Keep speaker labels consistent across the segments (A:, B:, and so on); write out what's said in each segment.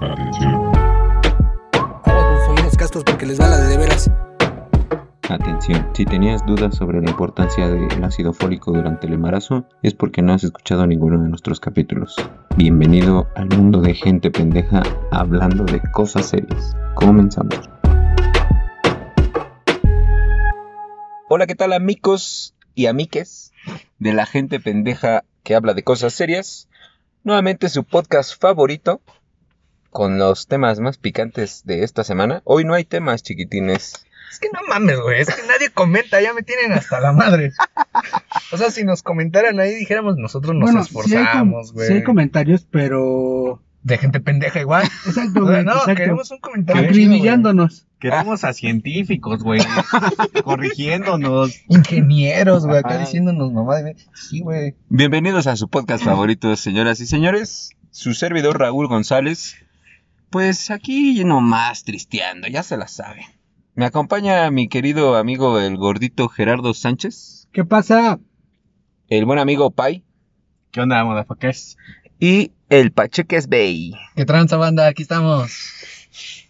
A: Atención,
B: Aguas, bufoneros castos porque les va la de de veras.
C: Atención, si tenías dudas sobre la importancia del ácido fólico durante el embarazo, es porque no has escuchado ninguno de nuestros capítulos. Bienvenido al mundo de gente pendeja hablando de cosas serias. Comenzamos. Hola, ¿qué tal amigos y amiques de la gente pendeja que habla de cosas serias? Nuevamente su podcast favorito con los temas más picantes de esta semana. Hoy no hay temas chiquitines.
D: Es que no mames, güey. Es que nadie comenta. Ya me tienen hasta la madre. O sea, si nos comentaran ahí, dijéramos, nosotros nos
E: bueno, sí hay, com-
D: esforzamos, güey.
E: sí hay comentarios, pero.
D: De gente pendeja igual.
E: Exacto,
D: O sea,
E: güey.
D: no,
E: exacto.
D: queremos un comentario. chido,
E: Acribillándonos.
F: Queremos a científicos, güey. corrigiéndonos.
D: güey. Ingenieros, güey, acá
C: Ajá.
D: diciéndonos nomás, güey. Sí, güey.
C: Bienvenidos a su podcast favorito, señoras y señores. Su servidor Raúl González. Pues aquí nomás tristeando, ya se la saben. Me acompaña mi querido amigo el gordito Gerardo Sánchez,
E: ¿Qué pasa?
C: el buen amigo Pai
F: ¿Qué onda, motherfuckers?
C: y el Pacheques Bay.
D: Qué tranza, banda. Aquí estamos.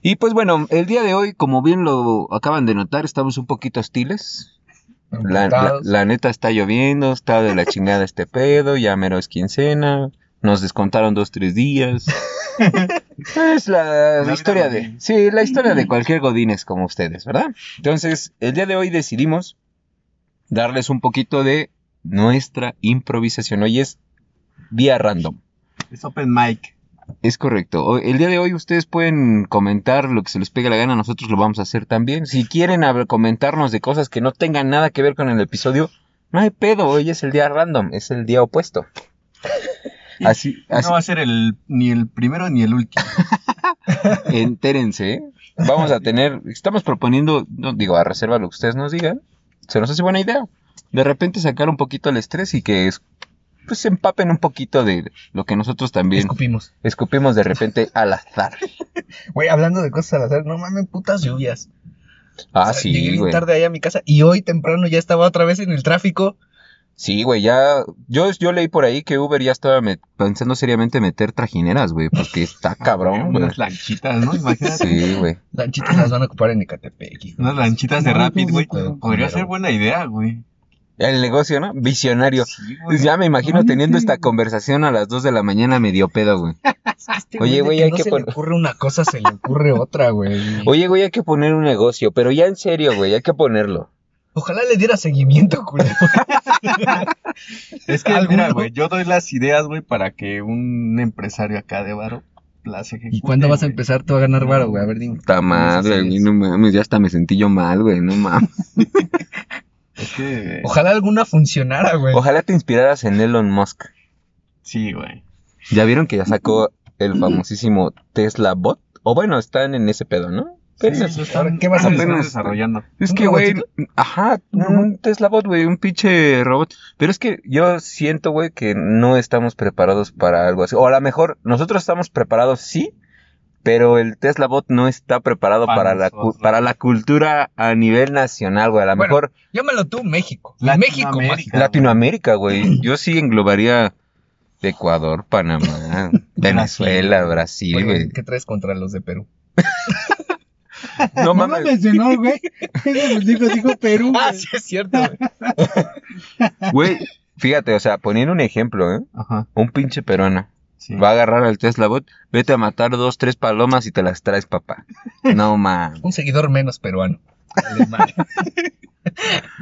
C: Y pues bueno, el día de hoy, como bien lo acaban de notar, estamos un poquito hostiles. La, la-
D: Emputados.
C: la neta está lloviendo, está de la chingada este pedo, ya mero es quincena, nos descontaron dos, tres días. es la,
F: vida
C: historia de...
F: godín.
C: Sí, la historia de cualquier godines como ustedes, ¿verdad? Entonces, el día de hoy decidimos darles un poquito de nuestra improvisación. Hoy es vía random.
F: Es Open Mic.
C: Es correcto. O- El día de hoy ustedes pueden comentar lo que se les pegue la gana, nosotros lo vamos a hacer también. Si quieren hab- comentarnos de cosas que no tengan nada que ver con el episodio, no hay pedo, hoy es el día random, es el día opuesto. Así,
D: Ah,
C: así
F: No va a ser el, ni el primero ni el último.
C: entérense, ¿eh? vamos a tener, estamos proponiendo, no, digo, a reserva lo que ustedes nos digan, se nos hace buena idea. De repente sacar un poquito el estrés y que es, pues se empapen un poquito de lo que nosotros también
D: Escupimos.
C: escupimos de repente al azar.
D: Güey, hablando de cosas al azar, no mames, putas lluvias. O
C: Ah,
D: sea, Llegué
C: sí,
D: bien
C: güey.
D: tarde allá a mi casa y hoy temprano ya estaba otra vez en el tráfico.
C: Sí, güey, ya. Yo, yo leí por ahí que Uber ya estaba met- pensando seriamente meter trajineras, güey, porque está Ah, cabrón, güey.
F: Unas lanchitas, ¿no? Imagínate.
C: Sí, güey.
D: Lanchitas las van a ocupar en Ecatepec. hijo.
F: Unas lanchitas de
E: No,
F: Rapid, güey.
E: pues, pero-
F: Podría ser buena idea, güey.
C: El negocio, ¿no? Visionario. Pues
F: Sí, güey.
C: Ya me imagino
E: Ay,
C: teniendo
E: sí.
C: esta conversación a las 2 de la mañana medio pedo, güey.
D: Este
C: Oye,
D: de
C: güey,
D: que
C: hay
D: no
C: que
D: se
C: pon-
D: le ocurre una cosa, se le ocurre otra, güey.
C: Oye, güey, hay que poner un negocio, pero ya en serio, güey, hay que ponerlo.
D: Ojalá le diera seguimiento, culero.
F: Es que, mira,
D: alguno-
F: güey, yo doy las ideas, güey, para que un empresario acá de Varo las ejecute.
D: ¿Y cuándo vas a
F: güey.
D: empezar tú a ganar varo, güey? A ver, dime.
C: Puta madre, güey, no mames, ya hasta me sentí yo mal, güey, no mames.
F: Es que.
D: Ojalá alguna funcionara, güey.
C: Ojalá te inspiraras en Elon Musk.
F: Sí, güey.
C: Ya vieron que ya sacó el famosísimo Tesla Bot. O bueno, están en ese pedo, ¿no?
F: Sí,
C: Apenas-
F: lo están-
D: ¿Qué vas
C: a
F: lo están
C: apenas-
F: desarrollando.
C: Es
D: ¿Un
C: que, güey,
D: robotito?
C: ajá, un Tesla bot, güey, un pinche robot. Pero es que yo siento, güey, que no estamos preparados para algo así. O a lo mejor nosotros estamos preparados, sí, pero el Tesla bot no está preparado
F: Para
C: para, la, cu-
F: nosotros.
C: para la cultura a nivel nacional, güey. A lo
D: Bueno,
C: mejor
D: Llámalo tú México.
F: Latinoamérica,
D: México, mágico.
F: claro,
C: Latinoamérica, güey. Yo sí englobaría Ecuador, Panamá, Venezuela, Brasil,
D: Oye,
C: güey.
D: ¿Qué traes contra los de Perú?
C: No
E: No lo
C: mames.
E: mencionó, güey. Eso nos dijo, dijo Perú.
D: Ah,
E: güey.
D: sí, es cierto, güey.
C: Güey, fíjate, o sea, poniendo un ejemplo, ¿eh?
F: Ajá.
C: Un pinche peruano.
F: Sí.
C: Va a agarrar al Tesla Bot, vete a matar dos, tres palomas y te las traes, papá. No, man.
D: Un seguidor menos peruano. Alemán.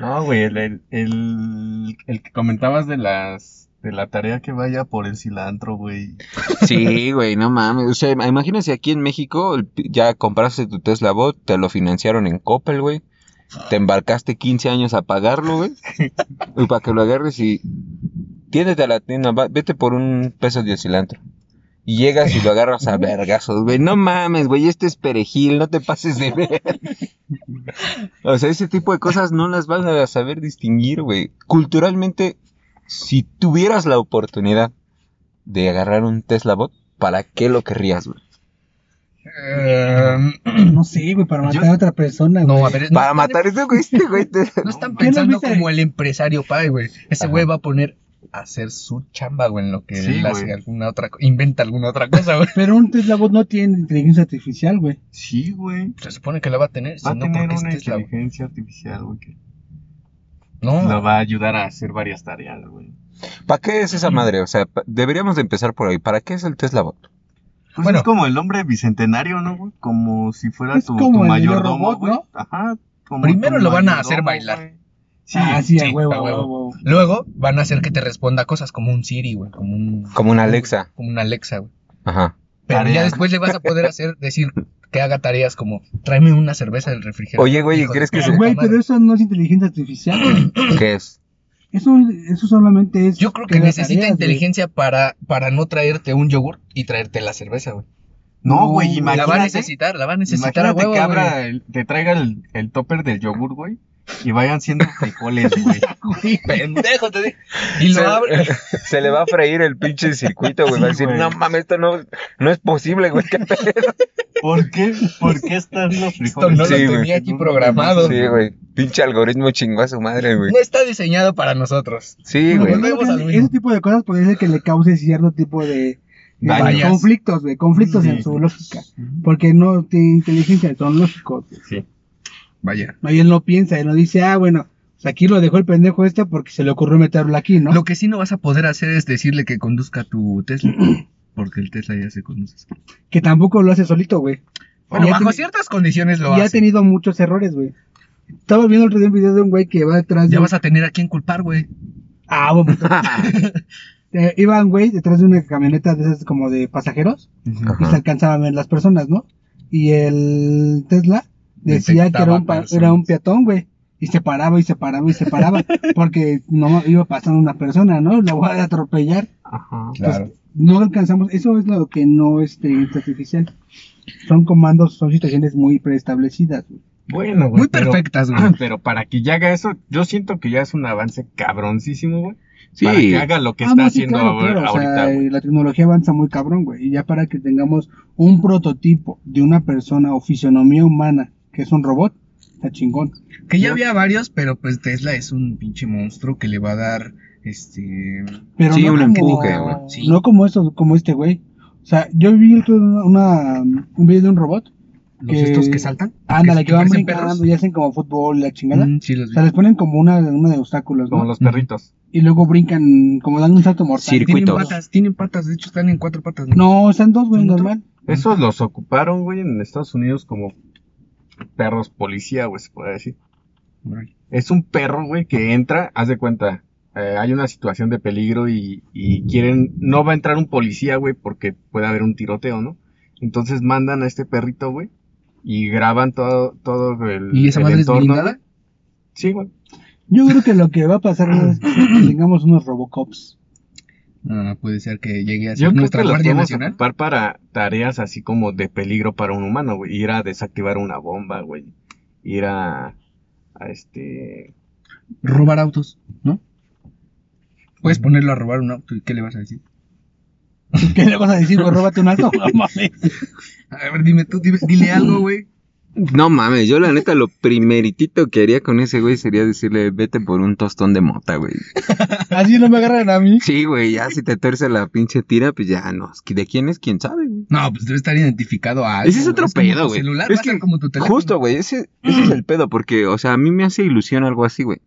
F: No, güey, el, el, el- el que comentabas de las de la tarea que vaya por el cilantro, güey.
C: Sí, güey, no mames. O sea, im- imagínense aquí en México, el pi- ya compraste tu Tesla Bot, te lo financiaron en Coppel, güey. Te embarcaste 15 años a pagarlo, güey. Y para que lo agarres y... Tiéndete a la tienda, va- vete por un peso de cilantro. Y llegas y lo agarras a vergazos, güey. No mames, güey, este es perejil, no te pases de ver. O sea, ese tipo de cosas no las vas a saber distinguir, güey. Culturalmente, si tuvieras la oportunidad de agarrar un Tesla Bot, ¿para qué lo querrías, güey?
D: Em,
E: No sé, güey, para matar a otra persona, güey.
D: no, a ver. no
C: Para
D: están-
C: matar a este güey, este güey. te-
D: No están
E: ¿Qué nos
D: pensando
E: viste?
D: como el empresario, pai, güey. Ese
C: Ajá.
D: güey va a poner hacer su chamba, güey, en lo que
F: Sí,
D: él hace
F: güey.
D: alguna otra cosa, inventa alguna otra cosa, güey.
G: Pero un Tesla Bot no tiene inteligencia artificial, güey.
F: Sí, güey.
D: Se supone que la va a tener,
F: Va
D: si
F: a
D: no,
F: tener
D: porque este es
F: una
D: Tesla, güey.
F: inteligencia artificial, güey, que la
D: No,
F: va a ayudar a hacer varias tareas, güey.
C: ¿Para qué es esa madre? O sea, pa- deberíamos de empezar por ahí. ¿Para qué es el Tesla Bot?
F: Pues
D: Bueno.
F: es como el hombre bicentenario, ¿no, güey? Como si fuera
G: Es
F: tu,
G: como
F: tu
G: el
F: mayordomo,
G: robot,
F: güey.
G: ¿no?
F: Ajá. como
D: Primero
F: tu
D: lo van a hacer
F: mayordomo,
D: bailar.
F: güey. Sí,
G: Ah, sí, a
D: sí,
G: huevo,
D: a
G: a
D: huevo.
G: huevo.
D: luego van a hacer que te responda cosas como un Siri, güey, como un...
C: Como una Alexa.
D: Como una Alexa, güey.
C: Ajá.
D: Pero
F: Tarea.
D: ya después le vas a poder hacer, decir que haga tareas como tráeme una cerveza del refrigerador.
C: Oye, güey,
D: hijo de
C: ¿crees que
D: tu
C: se-
D: puta
G: Güey,
D: madre.
G: pero eso no es inteligencia artificial, güey.
C: ¿Qué es?
G: Eso, eso solamente es.
D: Yo creo que
G: las
D: necesita
G: tareas, güey.
D: inteligencia para, para no traerte un yogur y traerte la cerveza, güey.
F: No, güey,
G: No,
F: imagínate.
D: La va a necesitar, la va a necesitar a
F: imagínate
D: huevo,
F: que abra
D: güey.
F: el- te traiga el, el topper del yogur, güey, y vayan siendo frijoles, güey.
D: Güey, pendejo, te digo. Y
C: Se,
D: lo abre.
C: se le va a freír el pinche circuito, güey. Va a
F: Sí,
C: decir,
F: güey.
C: no mames, esto no, no es posible, güey. ¿Qué pedo?"
F: ¿Por qué? ¿Por qué están
D: Esto
F: los frijoles?
D: no
C: Sí,
D: lo
C: güey.
D: tenía aquí programado.
C: Sí, güey. Pinche algoritmo chingó a su madre, güey.
D: No está diseñado para nosotros.
C: Sí,
G: Pero
C: güey.
G: yo creo
D: Volvemos
G: que
D: al mismo.
G: Ese tipo de cosas puede ser que le cause cierto tipo de. de
D: Vayas.
G: conflictos, güey. Conflictos
F: Sí.
G: en su lógica. Porque no tiene inteligencia, son lógicos.
F: Sí.
D: Vaya.
G: No, y él no piensa, él no dice, ah, bueno, pues aquí lo dejó el pendejo este porque se le ocurrió meterlo aquí, ¿no?
D: Lo que sí no vas a poder hacer es decirle que conduzca tu Tesla. Porque el Tesla ya se conduce.
G: Que tampoco lo hace solito, güey.
D: Bueno,
G: Ya
D: bajo
G: tiene-
D: ciertas condiciones lo
G: Y ha
D: hace.
G: tenido muchos errores, güey. Estaba viendo el otro día un video de un güey que va detrás de...
D: Ya
G: un-
D: vas a tener a quién culpar, güey. Pues,
G: Ah, bueno. Eh, iba un güey detrás de una camioneta de esas como de pasajeros y se
C: Ajá.
G: pues, alcanzaba a ver las personas, ¿no? Y el Tesla decía que era
D: Detectaba
G: un, pa-
D: personas.
G: era un peatón, güey. Y se paraba y se paraba y se paraba porque no iba pasando una persona, ¿no? La voy a atropellar.
F: Ajá.
G: Claro. no alcanzamos, eso es lo que no este, es inteligencia artificial. Son comandos, son situaciones muy preestablecidas. güey.
F: Bueno, güey.
D: Muy
F: pero-
D: perfectas, güey.
F: Pero para que ya haga eso, yo siento que ya es un avance cabroncísimo, güey.
C: Sí.
F: Para que haga lo que
G: Ah,
F: está
G: no, sí,
F: haciendo
G: claro,
F: ahor-
G: claro, o sea,
F: ahorita, güey.
G: la tecnología avanza muy cabrón, güey. Y ya para que tengamos un prototipo de una persona o fisionomía humana que es un robot, está chingón.
D: Que ya había varios, pero pues Tesla es un pinche monstruo que le va a dar este.
G: Pero
C: Sí,
G: no
C: un
G: como-
C: empuje, güey.
D: Sí.
G: No como eso, como este güey. O sea, yo vi el otro- una, un video de un robot.
D: Los
G: Que-
D: estos que saltan.
G: Ándale,
D: que
G: que van
D: parecen
G: brincando
D: perros.
G: y hacen como fútbol, la chingada.
D: Mm, sí, los
G: O
D: vi.
G: sea, les ponen como una, una de obstáculos, ¿no?
F: Como los perritos.
G: y luego brincan, como dan un salto mortal.
C: Circo.
D: Tienen
C: circuitos.
D: patas, tienen patas, de hecho están en cuatro patas.
G: No, están dos, güey,
D: ¿Son otro?
G: normal.
F: Esos los ocuparon, güey, en Estados Unidos como perros policía, güey, se puede decir.
D: Órale.
F: Es un perro, güey, que entra, haz de cuenta, eh, hay una situación de peligro y, y quieren, no va a entrar un policía, güey, porque puede haber un tiroteo, ¿no? Entonces mandan a este perrito, güey, y graban todo, todo el,
D: ¿Y esa
F: el
D: madre es
F: entorno,
D: blindada?
F: güey. Sí, güey.
G: Yo creo que lo que va a pasar es que tengamos unos Robocops.
D: Ah, puede ser que llegue a ser
F: Yo creo
D: nuestra
F: que los
D: Guardia
F: podemos
D: Nacional.
F: ocupar para tareas así como de peligro para un humano, güey. Ir a desactivar una bomba, güey. Ir a, a este...
D: Robar autos, ¿no?
C: Mm.
D: Puedes ponerlo a robar un auto y ¿qué le vas a decir?
G: ¿Qué le vas a decir, güey? Róbate un alto.
D: A ver, dime tú, dime- dile algo, güey.
C: No mames, yo la neta lo primeritito que haría con ese güey sería decirle, vete por un tostón de mota, güey.
G: Así no me agarran a mí.
C: Sí, güey, ya si te tuerce la pinche tira, pues ya no. ¿De quién es? ¿Quién sabe, güey?
D: No, pues debe estar identificado a algo.
C: Ese es otro
D: como tu
C: pedo, güey.
D: celular,
C: Es
D: va a ser
C: que
D: como tu teléfono.
C: Justo, güey, ese, ese es el pedo, porque, o sea, a mí me hace ilusión algo así, güey.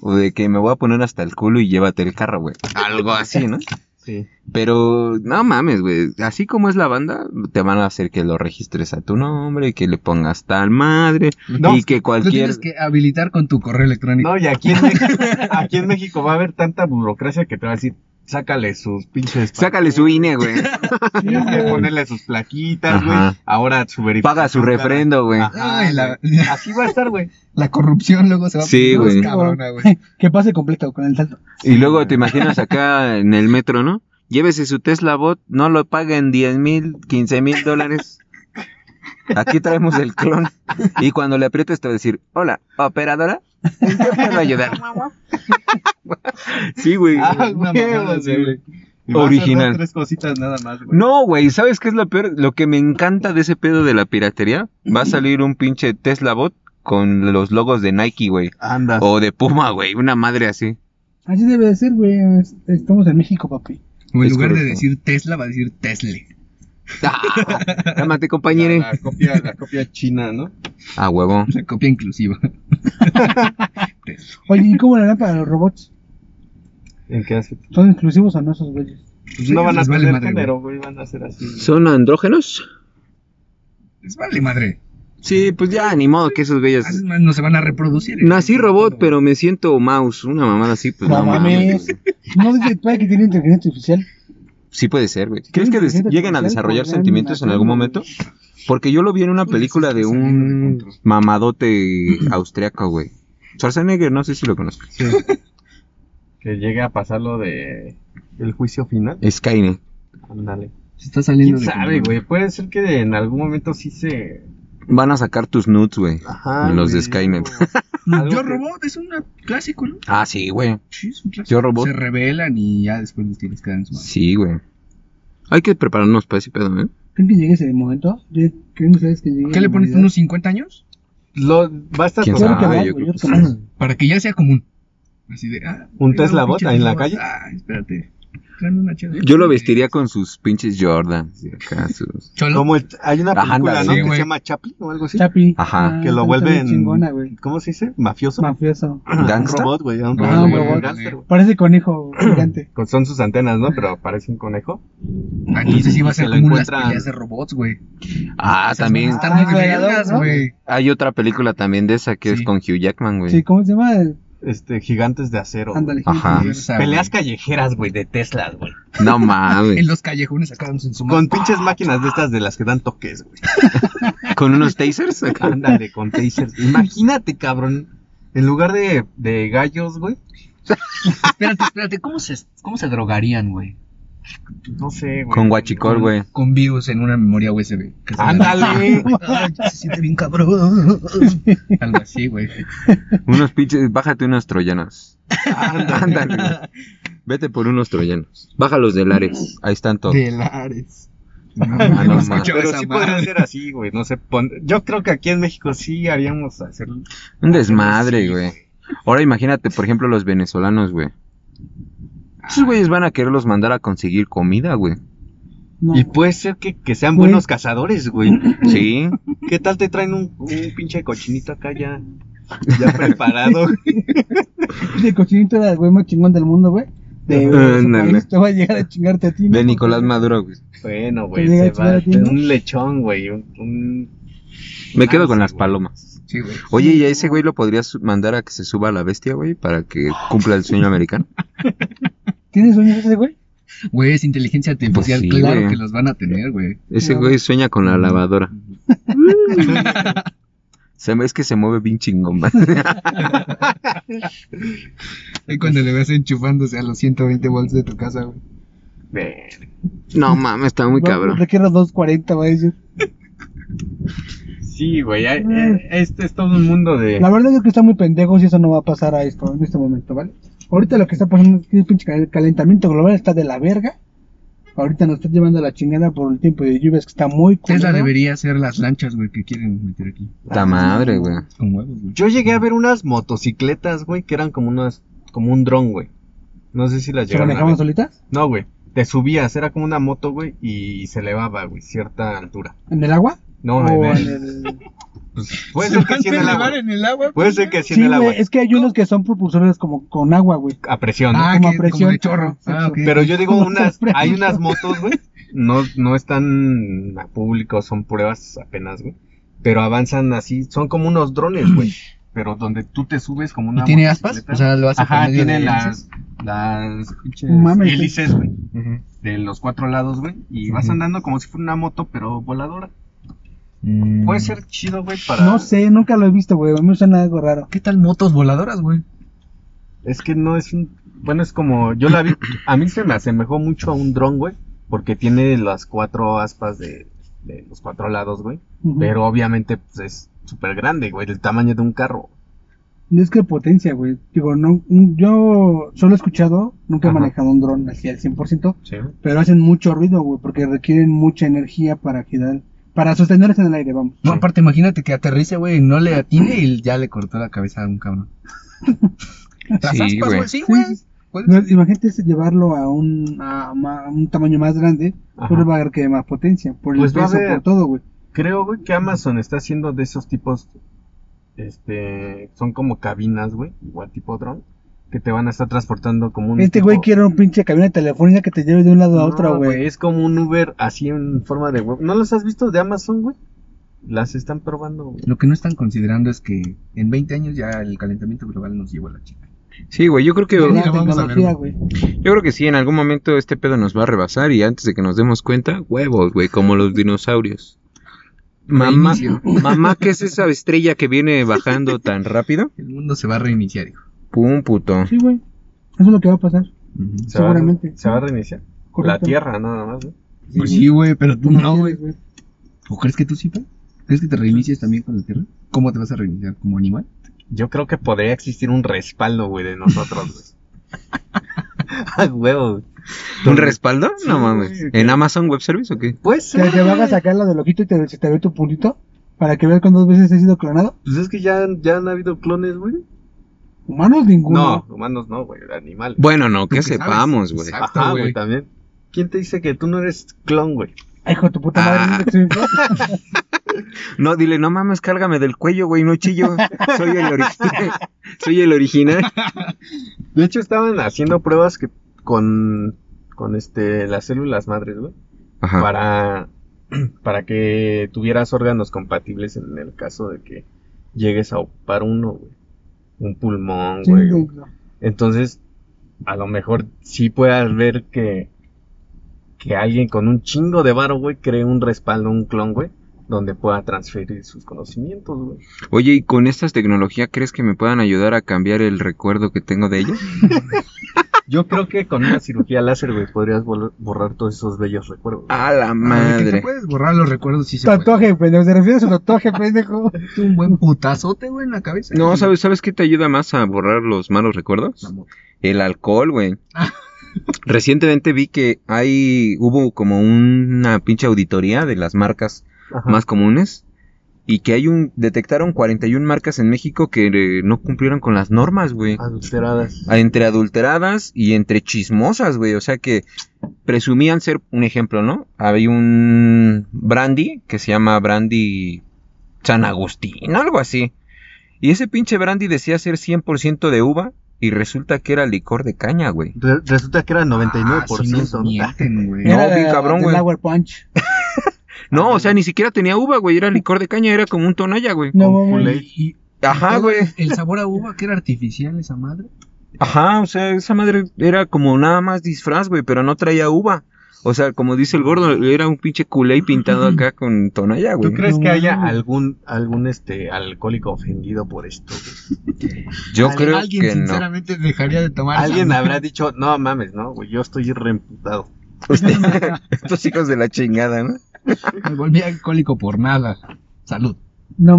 C: O de que me voy a poner hasta el culo y llévate el carro, güey. Algo así, ¿no?
F: Sí.
C: Pero, no mames, güey. Así como es la banda, te van a hacer que lo registres a tu nombre, que le pongas tal madre,
F: No,
C: y que
D: Lo
C: cualquier...
D: tienes que habilitar con tu correo electrónico.
F: No, y aquí en, México, aquí en México va a haber tanta burocracia que te va a decir, sácale sus pinches...
C: Sácale su INE, güey.
F: Tienes que ponerle sus plaquitas, güey.
C: Ajá.
F: Ahora su verificación.
C: Paga su refrendo, güey.
F: Ajá,
D: Ay, la-
F: güey. Así va a estar, güey.
D: La corrupción luego se va
C: Sí,
D: poniendo más
C: güey.
D: cabrona, güey.
G: Que pase completo con el salto.
C: Y luego te imaginas acá en el metro, ¿no? Llévese su Tesla Bot, no lo paguen 10 mil, 15 mil dólares. Aquí traemos el clon. Y cuando le aprietes te va a decir, hola, operadora, ¿en qué puedo ayudar? Sí, güey.
F: Ah,
D: Una
F: güey,
D: mamada
F: o sea,
D: así,
F: güey. Y va a hacer
C: Original.
F: dos, tres cositas nada más, güey.
C: No, güey, ¿sabes qué es lo peor? Lo que me encanta de ese pedo de la piratería, va a salir un pinche Tesla Bot con los logos de Nike, güey.
F: Anda.
C: O de Puma, güey, una madre así.
G: Así debe de ser, güey. es- Estamos en México, papi.
D: O en
C: Es
D: lugar de
C: correcto.
D: decir Tesla, va a decir Tesle.
C: Ah, Llámate,
F: La,
C: compañero.
F: la copia, la copia china, ¿no?
C: Ah, huevo.
D: La copia inclusiva. Tesla.
G: Oye, ¿y cómo le harán para los robots?
F: El que hace.
G: ¿Son exclusivos o no esos güeyes?
F: Pues no van a
D: les vale
F: tener
D: madre, güey.
F: género, güey, van a ser así.
C: ¿Son andrógenos?
D: Les vale madre.
C: Sí, pues ya, ni modo que esos bellos.
D: Además, no se van a reproducir.
C: Nací robot, pero me siento mouse. Una mamada así, pues no
G: No
C: mames.
G: mames.
C: güey.
G: ¿No dice tú que tiene inteligencia artificial?
C: Sí puede ser, güey. ¿Crees que des-
G: Inteligencia
C: lleguen a
G: artificial
C: desarrollar
G: podrían
C: sentimientos en
G: hacer,
C: algún
G: güey.
C: momento? Porque yo lo vi en una
D: Pues,
C: película
D: está
C: de
D: saliendo de
C: un
D: control.
C: mamadote austriaco, güey. Schwarzenegger, no sé si lo conozco.
F: Que llegue a pasar lo de. El juicio final.
C: Skynet.
F: Ándale.
D: Se está saliendo
F: ¿Quién
D: de
F: sabe,
D: control.
F: güey? Puede ser que en algún momento sí se.
C: Van a sacar tus nudes, güey.
F: Ajá.
C: Los de
F: güey,
C: Skynet.
F: algo
D: Yo
F: que-
D: Robot es un clásico, ¿no?
C: Ah, sí, güey.
D: Sí, es un clásico.
C: Yo Robot.
D: Se revelan y ya después los tienes que dar en su madre.
C: Sí, güey. Hay que prepararnos para ese pedo, ¿eh?
G: ¿Creen que llegue ese momento? Yo- ¿Creen ustedes que llegue?
D: ¿Qué le
G: la
D: pones?
G: humanidad?
D: ¿Unos 50 años?
F: Lo, va a estar
C: ¿Quién
G: Yo
F: con-
G: creo que
C: Ah,
G: más,
C: yo
G: güey,
C: creo
G: yo
C: que
G: creo que más.
D: Para que ya sea común. Así de, ah,
F: ¿Un
D: traigo
F: Tesla bot
D: pinche
F: ahí en la
D: Tesla
F: calle?
D: bot. Ah, espérate. Tráeme una chela.
C: Yo lo vestiría con sus pinches Jordan. y acá sus-
D: Cholo.
F: Como el- hay una
C: Ajá,
F: película,
C: ándale,
F: ¿no?
D: sí,
F: que
D: güey.
F: se llama Chaplin o algo así.
G: Chapi.
C: Ajá.
F: que lo
G: está
F: vuelven-
G: bien chingona, güey.
F: ¿Cómo se dice? Mafioso.
G: Mafioso.
F: un
C: ¿Gangsta?
F: robot, güey. Un
D: Ah,
F: robot. un
G: un robot.
F: gángster, güey.
G: Parece conejo gigante.
F: Con- Son sus antenas, ¿no? Pero parece un conejo.
D: Ah, Entonces iba a
F: Se
D: ser
F: lo
D: como unas
F: encuentran.
D: peleas de robots, güey.
C: Ah, también.
D: Esas van a Estar muy
G: Ah, velador,
D: vergas,
G: ¿no?
D: güey.
C: Hay otra película también de esa que
D: Sí.
C: es con Hugh Jackman, güey.
G: Sí, ¿cómo se llama?
F: Este, gigantes de acero. güey.
G: Ándale.
C: Ajá.
G: gente.
D: Esa, güey.
F: Ah. Peleas callejeras, güey, de Teslas, güey.
C: No mames.
D: En los callejones acabamos en su
F: Con
D: madre.
F: pinches máquinas de estas de las que dan toques, güey.
C: Con unos tasers acá.
F: Ándale, con tasers. Imagínate, cabrón. En lugar de, de gallos, güey.
D: Espérate, espérate. ¿Cómo se, cómo se drogarían, güey?
F: No sé, güey.
C: Con guachicol, güey.
D: Con virus en una memoria USB. Que se-
F: Ándale.
D: Ay, se siente bien cabrón. Algo así, güey.
C: Unos pinches. Bájate unos troyanos. Ándale. güey. Vete por unos troyanos. Bájalos de Lares. Ahí están todos. Ah,
D: De Lares. No,
C: no,
D: no
C: no.
D: escuchaba
F: Pero
D: esa
F: sí
D: madre.
F: podría ser así, güey. No sé. pon- Yo creo que aquí en México sí haríamos hacer.
C: Un desmadre, güey. Ahora imagínate, por ejemplo, los venezolanos, güey. Esos güeyes van a quererlos mandar a conseguir comida, güey.
G: No.
F: Y puede ser que, que sean
G: Güey.
F: buenos cazadores, güey.
C: Sí.
F: ¿Qué tal te traen un, un pinche cochinito acá ya, ya preparado?
G: El cochinito era el güey más chingón del mundo, güey. De
C: Ándale.
G: Te va a llegar a chingarte a ti. ¿no?
C: De Nicolás Maduro, güey.
F: Bueno, güey,
G: Que llega
F: se
G: a chingar
F: va.
G: a ti, ¿no?
F: Un lechón, güey. Un, un-
C: Me quedo con
F: Sí,
C: las
F: güey.
C: palomas.
D: Sí, güey.
C: Oye, ¿y a ese güey lo podrías su- mandar a que se suba a la bestia, güey? Para que cumpla el sueño americano.
G: ¿Tienes sueños ese güey?
D: Güey, es inteligencia artificial.
C: Pues sí,
D: claro
C: güey.
D: que los van a tener, güey.
C: Ese
G: No.
C: güey sueña con la lavadora. Se, me- es que se mueve bien chingón, man.
D: Y cuando le ves enchufándose a los 120 volts de tu casa, güey.
F: Ver,
C: No mames, está muy
G: No,
C: cabrón.
G: Requiero 240, va a decir.
F: Sí, güey. hay- eh, Este es todo un mundo de.
G: La verdad es que está muy pendejo si eso no va a pasar a esto en este momento, ¿vale? Ahorita lo que está pasando es que el pinche cal- calentamiento global está de la verga. Ahorita nos está llevando la chingada por el tiempo de lluvias que está muy
D: Tesla
G: culero.
D: debería hacer las lanchas, güey, que quieren meter aquí.
C: Puta madre, güey.
D: Con huevos, güey.
F: Yo llegué a ver unas motocicletas, güey, que eran como unas, como un dron, güey. No sé si las
G: ¿Se
F: llegaron a
G: manejaban
F: ver.
G: solitas?
F: No, güey. Te subías, era como una moto, güey, y se elevaba, güey, cierta altura.
G: ¿En el agua?
F: No,
G: ¿O
F: en el-
G: en el-
F: pues, puede ser que sí en el agua.
D: en el agua.
F: Puede ser que sí en
G: Sí,
F: el agua.
G: güey, es que hay unos que son propulsores como con agua, güey.
F: A presión, ¿no?
D: Ah,
G: como
D: que,
G: presión.
D: como de chorro.
G: Exacto.
D: Ah, ok.
F: Pero yo digo,
G: Como
F: unas,
G: siempre.
F: hay unas motos, güey. No, no están a público, son pruebas apenas, güey. Pero avanzan así, son como unos drones, güey. Pero donde tú te subes como una.
D: ¿Y tiene aspas?
F: motocicleta.
D: O sea, lo hace
F: Ajá,
D: por medio
F: tiene
D: de
F: las,
D: hélices.
F: las pinches
G: Mames.
F: hélices, güey. De los cuatro lados, güey. Y vas andando como si fuera una moto, pero voladora.
D: Mm.
F: Puede ser chido, güey, para.
G: No sé, nunca lo he visto, güey. A mí me suena algo raro.
D: ¿Qué tal motos voladoras, güey?
F: Es que no es un. Bueno, es como. Yo la vi. A mí se me asemejó mucho a un dron, güey. Porque tiene las cuatro aspas de, de los cuatro lados, güey.
G: Ujú.
F: Pero obviamente pues, es súper grande, güey. Del tamaño de un carro.
G: No es que potencia, güey. Digo, no, yo solo he escuchado, nunca he
F: Ajá.
G: manejado un dron así al 100%,
F: Sí.
G: pero hacen mucho ruido, güey, porque requieren mucha energía para girar, para sostenerse en el aire, vamos.
D: No,
F: Sí.
D: aparte, imagínate que aterrice, güey, no le atine y ya le cortó la cabeza a un cabrón. Las
C: Sí,
D: aspas,
C: güey.
D: güey, pues, sí, güey. ¿Cuál
G: No, imagínate ese llevarlo a un, a ma- a un tamaño más grande,
F: Ajá.
G: pero va a haber que más potencia, por
F: Pues
G: el
F: va a
G: peso,
F: haber.
G: por todo, güey.
F: Creo, güey, que Amazon está haciendo de esos tipos, este, son como cabinas, güey, igual tipo dron, que te van a estar transportando como un...
G: Este
F: tipo-
G: güey quiere un pinche cabina telefónica que te lleve de un lado a
F: No,
G: otro, güey.
F: Es como un Uber así en forma de web. ¿No los has visto de Amazon, güey? Las están probando, güey.
D: Lo que no están considerando es que en 20 años ya el calentamiento global nos llevó a la chica.
C: Sí, güey, yo creo que
G: Es
D: Mira,
G: la
D: vamos a ver,
G: tecnología, güey.
C: yo creo que sí, en algún momento este pedo nos va a rebasar y antes de que nos demos cuenta, huevos, güey, como los dinosaurios. Mamá,
D: Reinicio.
C: mamá, ¿qué es esa estrella que viene bajando tan rápido?
D: El mundo se va a reiniciar, hijo.
C: Pum, puto.
G: Sí, güey. Eso es lo que va a pasar.
F: Se va a-
G: Seguramente.
F: se va a reiniciar. La
G: Correcto.
F: Tierra, nada más, güey.
D: Pues sí, güey, pero tú
G: Como
D: no, güey.
G: quieres, güey.
D: ¿O crees que tú sí, pa? ¿Crees que te reinicies también con la Tierra? ¿Cómo te vas a reiniciar? ¿Como animal?
F: Yo creo que podría existir un respaldo, güey, de nosotros, güey. A huevo, güey.
C: ¿Un respaldo? No
F: Sí,
C: mames.
F: güey.
C: ¿En Amazon Web Service o qué?
F: Pues,
G: Que te van a sacar la de loquito y te, se te ve tu pulito para que veas cuántas veces he sido clonado.
F: pues es que ya, ya han habido clones, güey.
G: Humanos ninguno.
F: No, humanos no, güey, animales.
C: Bueno, no, que
D: Tú qué
C: sepamos,
D: sabes.
C: güey.
D: Exacto.
F: Ajá, güey,
D: güey.
F: también. ¿Quién te dice que tú no eres clon, güey?
G: Ay, hijo de tu puta madre.
C: Ah.
G: ¿no te soy un clon?
C: No, dile, no mames, cárgame del cuello, güey, no chillo. Soy el original. Soy el original.
F: De hecho, estaban haciendo pruebas que con, con este, las células madres, güey.
C: Ajá.
F: Para, para que tuvieras órganos compatibles en el caso de que llegues a ocupar uno, güey. Un pulmón,
G: Sí,
F: güey.
G: güey, no.
F: Entonces, a lo mejor sí puedas ver que, que alguien con un chingo de varo, güey, cree un respaldo, un clon, güey, donde pueda transferir sus conocimientos, güey.
C: Oye, ¿y con estas tecnologías crees que me puedan ayudar a cambiar el recuerdo que tengo de ellos?
F: Yo creo que con una cirugía láser, güey, podrías bol- borrar todos esos bellos recuerdos.
C: A la
D: Ah, Que te
C: madre.
D: puedes borrar los recuerdos si se puede.
G: Tatuaje, pendejo. ¿Te refieres a su tatuaje, pendejo?
D: Un buen putazote, güey, en la cabeza.
C: No, ¿sabes, ¿sabes qué te ayuda más a borrar los malos
D: La
C: recuerdos?
D: moto.
C: El alcohol, güey.
D: Ah.
C: Recientemente vi que hay, hubo como una pinche auditoría de las marcas
F: Ajá.
C: más comunes y que hay un, detectaron 41 marcas en México que eh, no cumplieron con las normas, güey.
F: Ah. adulteradas.
C: a- entre adulteradas y entre chismosas, güey. O sea que presumían ser un ejemplo, ¿no? Había un brandy que se llama brandy San Agustín, algo así. Y ese pinche brandy decía ser 100% de uva y resulta que era licor de caña, güey.
F: Re- resulta que era 99%.
D: Ah, sí nos mienten, güey.
C: No, bien cabrón, güey.
G: El Power Punch.
C: No, o sea, ni siquiera tenía uva, güey. Era licor de caña, era como un tonalla, güey.
G: No,
F: Con
G: mames.
F: Kool-Aid.
D: Y- y-
C: Ajá, ah, güey.
D: El sabor a uva, que era artificial esa madre.
C: Ajá, o sea, esa madre era como nada más disfraz, güey, pero no traía uva. O sea, como dice el gordo, era un pinche culé pintado acá con tonalla,
F: ¿Tú
C: güey.
F: crees
G: No
F: que haya
G: mames.
F: algún algún este alcohólico ofendido por esto? güey?
C: Yo
D: Al-
C: creo
D: Alguien
C: que no.
D: sinceramente dejaría de tomar. esa
F: Alguien
D: madre.
F: habrá dicho, no mames, no, güey, yo estoy reemputado.
C: Estos hijos de la chingada, ¿no?
D: Me volví alcohólico por nada. Salud.
G: No,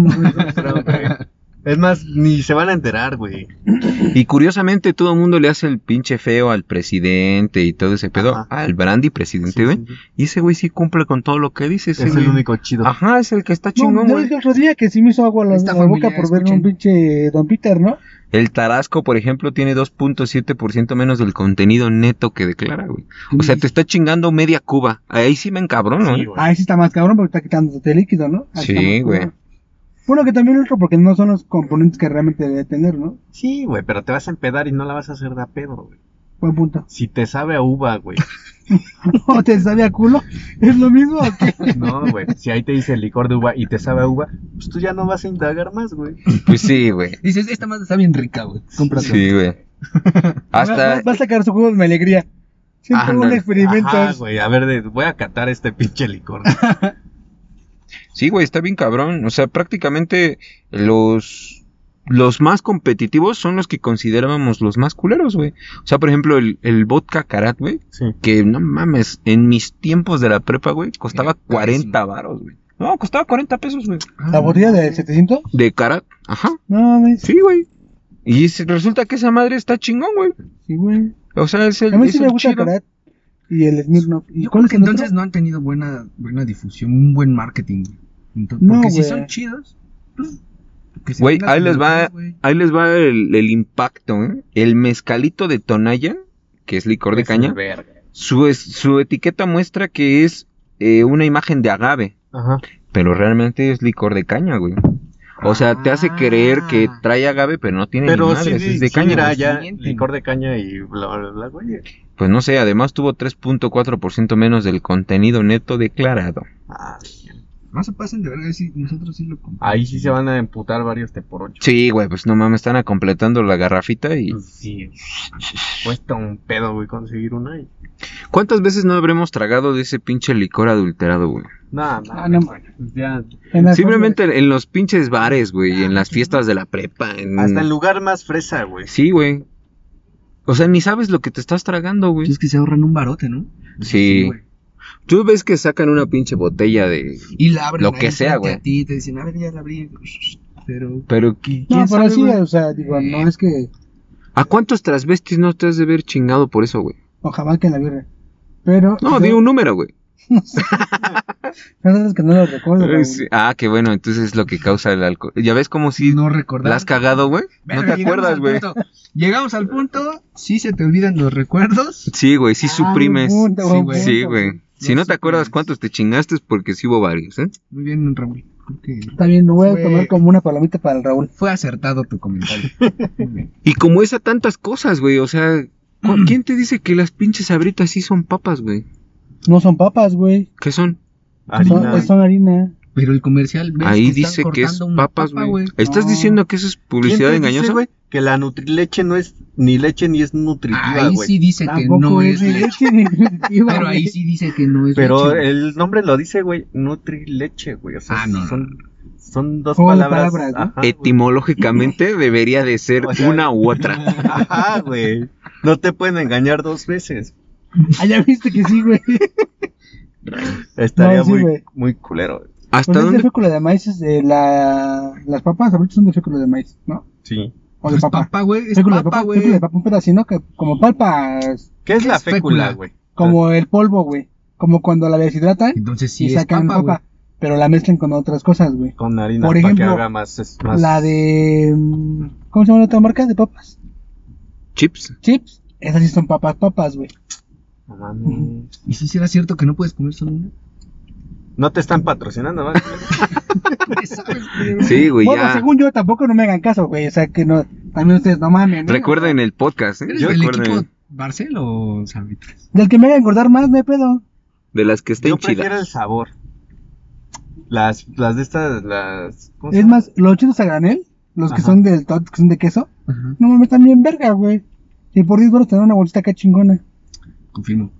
G: mames.
F: Es más, ni se van a enterar, güey.
C: Y curiosamente todo el mundo le hace el pinche feo al presidente y todo ese pedo,
F: Ajá.
C: al brandy presidente,
F: Sí,
C: güey.
F: sí, sí.
C: Y ese güey sí cumple con todo lo que dice. ese
F: Es el
C: güey.
F: único chido.
C: Ajá, es el que está
G: No,
C: chingón,
G: yo
C: güey.
G: dije el otro día que sí me hizo agua la,
D: Esta
G: la boca
D: familia,
G: por ver
D: escuchen.
G: un pinche Don Peter, ¿no?
C: El Tarasco, por ejemplo, tiene 2.7% menos del contenido neto que declara, güey. O sea, te está chingando media Cuba. Ahí sí me encabrono,
F: Sí,
C: ¿eh?
F: güey.
G: Ahí sí está más cabrón porque está quitándose el líquido, ¿no? Ahí
C: Sí,
G: está más
C: güey.
G: cabrón. Bueno, que también el otro porque no son los componentes que realmente debe tener, ¿no?
F: Sí, güey, pero te vas a empedar y no la vas a hacer de a pedo, güey.
G: Buen punto.
F: Si te sabe a uva, güey.
G: ¿O te sabe a culo? ¿Es lo mismo o qué?
F: No, güey. Si ahí te dice licor de uva y te sabe a uva, pues tú ya no vas a indagar más, güey.
C: Pues sí, güey.
D: Dices, esta madre está bien rica, güey. Cómprate.
C: Sí, güey.
G: Va,
C: Hasta
G: va a sacar su juego de mi alegría. Siempre
C: Ah,
G: hubo un
C: no.
G: experimento.
F: Ajá, güey. A ver, de- voy a catar este pinche licor.
C: sí, güey, está bien cabrón. O sea, prácticamente los los más competitivos son los que considerábamos los más culeros, güey. O sea, por ejemplo, el, el vodka karat, güey,
F: Sí.
C: que no mames, en mis tiempos de la prepa, güey, costaba
D: Era carísimo.
C: 40 varos, güey. No, costaba 40 pesos, güey.
D: Ah,
G: ¿La botella de 700?
C: De karat, ajá.
G: No mames.
C: Sí, güey. Y se- resulta que esa madre está chingón, güey.
G: Sí, güey.
C: O sea, es el,
G: A mí
C: es
G: sí me
C: el
G: gusta el
C: chido.
G: Karat y el Smirnoff. ¿Y
D: Yo
G: cuál
D: creo
G: es
D: que
G: el otro?
D: entonces no han tenido buena, buena difusión, un buen marketing. güey. Entonces,
G: No,
D: porque si
G: güey.
D: son chidos, pues, que se
C: Güey,
D: vengan
C: ahí
D: con
C: les
D: los
C: va,
D: demás, güey.
C: ahí les va el, el impacto, ¿eh? El mezcalito de Tonaya que es licor de
F: Es
C: caña,
F: Este, verga.
C: su, es- su etiqueta muestra que es eh, una imagen de agave,
F: Ajá.
C: pero realmente es licor de caña, güey. O sea, te hace creer que trae agave, Ah. pero no tiene ni
F: Pero sí,
C: madres, es de
F: sí
C: caña.
F: era
C: güey.
F: ya
C: Mienten.
F: licor de caña y bla, bla, bla, güey.
C: Pues no sé, además tuvo 3.4% menos del contenido neto declarado.
F: Ah,
D: No se pasen de verga, sí, nosotros sí lo compramos.
F: ahí sí se van a emputar varios te por ocho.
C: Sí, güey, pues no mames, están a- completando la garrafita y...
D: Mm.
F: Pues Sí. Cuesta un pedo, güey, conseguir una y...
C: ¿Cuántas veces no habremos tragado de ese pinche licor adulterado, güey?
F: Nada,
G: Ah, no.
F: ya,
G: En las-
C: Simplemente en- en los pinches bares, güey, en
D: Ah.
C: las fiestas de la prepa. En...
F: Hasta el lugar más fresa, güey.
C: Sí, güey. O sea, ni sabes lo que te estás tragando, güey.
D: Es que se ahorran un barote, ¿no?
C: Sí.
D: güey.
C: Tú ves que sacan una pinche botella de...
D: Y la abren.
C: Lo
D: ahí
C: que sea,
D: frente
C: güey.
D: A ti te dicen, a ver, ya la abrí. Pero.
C: Pero, ¿qui- ¿quién
G: No, pero
C: sabe,
G: así,
C: güey?
G: o sea, digo, no es que.
C: ¿A cuántos transvestis no te has de ver chingado por eso, güey?
G: Ojalá que en la birra. Pero.
C: No,
G: yo-
C: di un número, güey.
G: la verdad es que no lo recuerdo. Raúl.
C: Sí. Ah, qué bueno, entonces es lo que causa el alcohol. Ya ves como si
D: no recordar.
C: la has cagado, güey. No te
D: Verga, llegamos
C: acuerdas,
D: al
C: güey.
D: punto. Llegamos al punto, sí se te olvidan los recuerdos.
C: Sí, güey, sí
G: Ah,
C: suprimes.
G: buen punto,
D: Sí,
G: buen
D: güey.
C: Sí,
G: punto,
C: güey. Si no te acuerdas cuántos te chingaste es porque sí hubo varios, ¿eh?
D: Muy bien, Raúl. Creo que
G: Está bien, me voy a
D: Fue-
G: tomar como una palomita para el Raúl.
D: fue acertado tu comentario. Muy bien.
C: Y como es a tantas cosas, güey, o sea, ¿cu- ¿quién te dice que las pinches abritas sí son papas, güey?
G: No son papas, güey.
C: ¿Qué son?
G: Son, eh,
F: Harina.
G: son harina.
D: Pero el comercial ¿ves
C: Ahí
D: que están
C: dice que es
D: cortando una
C: papas,
D: papa,
C: güey. ¿Estás
G: No.
C: diciendo que eso es
F: ¿Quién te
C: publicidad
F: dice,
C: engañosa, güey?
F: Que la Nutrileche no es ni leche ni es nutritiva,
D: Ahí
F: güey.
D: sí dice que
G: Tampoco
D: no es
G: Pues, es de
D: leche.
G: leche ni nutritiva,
D: Pero ahí
G: güey.
D: sí dice que no es
F: Pero
D: leche, güey.
F: el nombre lo dice, güey, Nutrileche, güey. O sea,
D: Ah, no, no,
F: son, son dos
G: Son
F: palabras.
G: palabras, ¿no?
F: ajá, Ah, güey.
C: Etimológicamente debería de ser
F: O sea-
C: una u otra.
F: Ajá, güey. No te pueden engañar dos veces.
G: Ah, ya viste que sí, güey.
F: Estaría
G: No, sí,
F: muy,
G: güey.
F: muy culero. güey.
C: ¿Hasta
G: Pues es de
C: dónde?
G: fécula de maíz, es de la... las papas ahorita son de fécula de maíz, ¿no?
F: Sí.
G: O
D: No
G: de
D: es
G: papa.
D: papa, güey. Es
G: Fécula de
D: papa,
G: papa,
D: güey.
G: fécula de papa, un pedacino que como palpas,
F: ¿Qué es
D: ¿Qué
F: la
D: es fécula?
F: fécula, güey?
G: como el polvo, güey. Como cuando la deshidratan
D: Entonces
G: y
D: sí es
G: sacan
D: papa,
G: papa,
D: güey.
G: pero la mezclan con otras cosas, güey.
F: Con harina
G: Por
F: para que
G: ejemplo,
F: haga más, es más-
G: La de... mm, ¿Cómo se llama la otra marca de papas?
C: Chips.
G: Chips. Esas sí son papas, papas, güey.
F: No mames.
D: ¿Y si será cierto que no puedes comer solo una?
F: No te están patrocinando, ¿vale?
C: Sí, güey,
G: Bueno,
C: ya.
G: según yo tampoco no me hagan caso, güey. O sea que no... También ustedes no mamen, ¿no?
C: Recuerden el podcast, ¿eh?
D: ¿Eres del equipo
C: Recuerden
D: Barcel o Sabritas?
G: Del que me haga engordar más, no hay pedo.
C: de las que
F: Yo
C: estén
F: prefiero el
C: chidas.
F: sabor. Las, las de estas, las... ¿cómo se
G: Es
F: llama?
G: más, los chinos a granel, los que
F: Ajá.
G: son del tot, que son de queso,
D: Ajá,
G: No mames, están bien verga, güey. Y por 10 baros tener una bolsita acá chingona.
D: confirmo.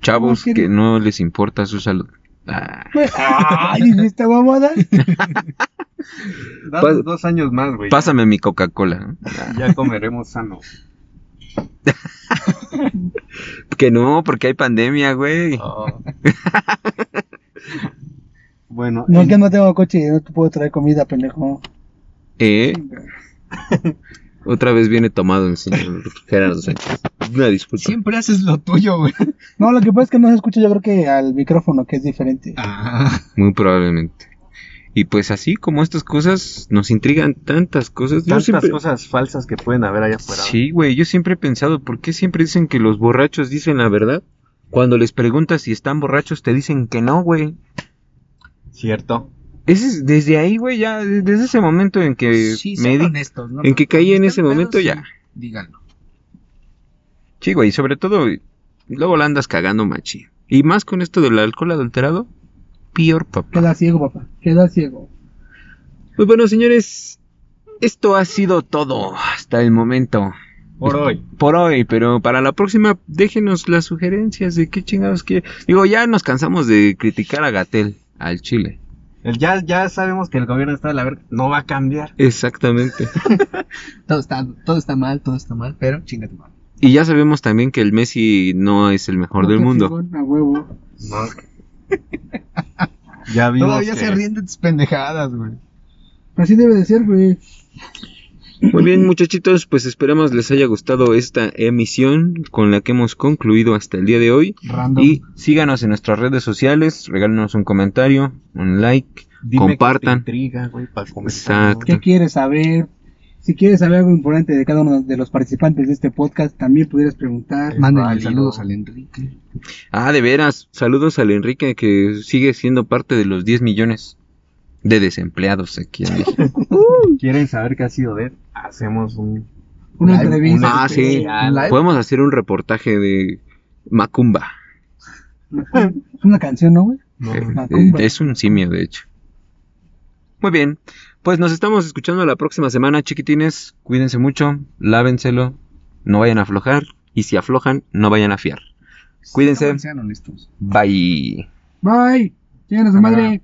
C: Chavos que
G: ¿Cómo quieren?
C: no les importa su salud. Ah.
G: Güey, Ay, esta mamada.
F: Danos
C: Pas-
F: dos años más, güey.
C: Pásame mi Coca-Cola. ¿eh?
F: Y Ya comeremos sano.
C: Que no, porque hay pandemia, güey.
F: Ah. bueno,
G: No,
F: en-
G: que no tengo coche, no te puedo traer comida, pendejo.
C: Eh, otra vez viene tomado el señor Gerardo Sánchez. Una disculpa.
D: Siempre haces lo tuyo, güey.
G: No, lo que pasa es que no se escucha, yo creo que al micrófono, que es diferente.
D: Ah,
C: Muy probablemente. Y pues así como estas cosas nos intrigan tantas cosas. Yo
F: tantas
C: siempre-
F: cosas falsas que pueden haber allá afuera.
C: Sí, güey, yo siempre he pensado, ¿por qué siempre dicen que los borrachos dicen la verdad? Cuando les preguntas si están borrachos te dicen que no, güey.
F: Cierto.
C: Ese es- desde ahí, güey, ya, desde ese momento en que
D: sí,
C: eh, me
D: sean
C: di-
D: honestos, ¿no?
C: en que caí en ese
D: Están
C: momento
D: pedos,
C: ya.
D: sí, Díganlo.
C: Sí, güey, y sobre todo, luego la andas cagando, machi. Y más con esto del alcohol adulterado, peor papá.
G: Queda ciego, papá. Queda ciego.
C: Pues bueno, señores, esto ha sido todo hasta el momento.
F: Por hoy.
C: Por hoy, pero para la próxima, déjenos las sugerencias de qué chingados que. Digo, ya nos cansamos de criticar a Gatel, al Chile.
F: El- ya, ya sabemos que el gobierno está de la verga. No va a cambiar.
C: Exactamente.
D: Todo está, Ah, todo está mal, todo está mal, pero chingate mal.
C: y ya sabemos también que el Messi no es el mejor del
G: Qué
C: mundo.
G: chingón, A huevo.
F: No. ya vimos.
D: Todavía
F: que-
D: se ríen de tus pendejadas, güey.
G: Así debe de ser, güey.
C: Muy bien, muchachitos, pues esperamos les haya gustado esta emisión con la que hemos concluido hasta el día de hoy.
D: Random.
C: Y síganos en nuestras redes sociales, regálenos un comentario, un like.
F: Dime que te
C: compartan.
F: intriga, güey, para comentar.
C: Exacto.
G: ¿Qué quieres saber? Si quieres saber algo importante de cada uno de los participantes de este podcast, también pudieras preguntar.
D: Mándenle
F: válido.
D: saludos al Enrique.
C: Ah, de veras. Saludos al Enrique que sigue siendo parte de los 10 millones de desempleados aquí en México.
F: ¿Quieren saber qué ha sido de él? Hacemos un...
G: Una
F: live,
G: entrevista.
F: un
C: Ah, sí.
F: especial.
C: Podemos hacer un reportaje de Macumba.
G: Es una canción, ¿no, güey?
F: No,
C: Eh,
G: Macumba.
C: eh, es un simio, de hecho. Muy bien. Pues nos estamos escuchando la próxima semana, chiquitines. Cuídense mucho, lávenselo, no vayan a aflojar. Y si aflojan, no vayan a fiar. Cuídense.
D: Sean honestos.
C: Bye.
G: Bye. Lleguen a su madre.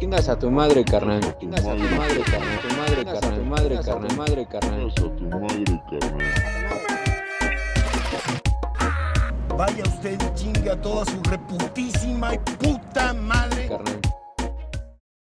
C: Chingas a tu madre, carnal. Chingas a tu madre, carnal. Tu madre, carnal. Tu madre, carnal. Tu madre, carnal.
B: Vaya usted y chingue a toda su reputísima y puta madre.
C: Carnal.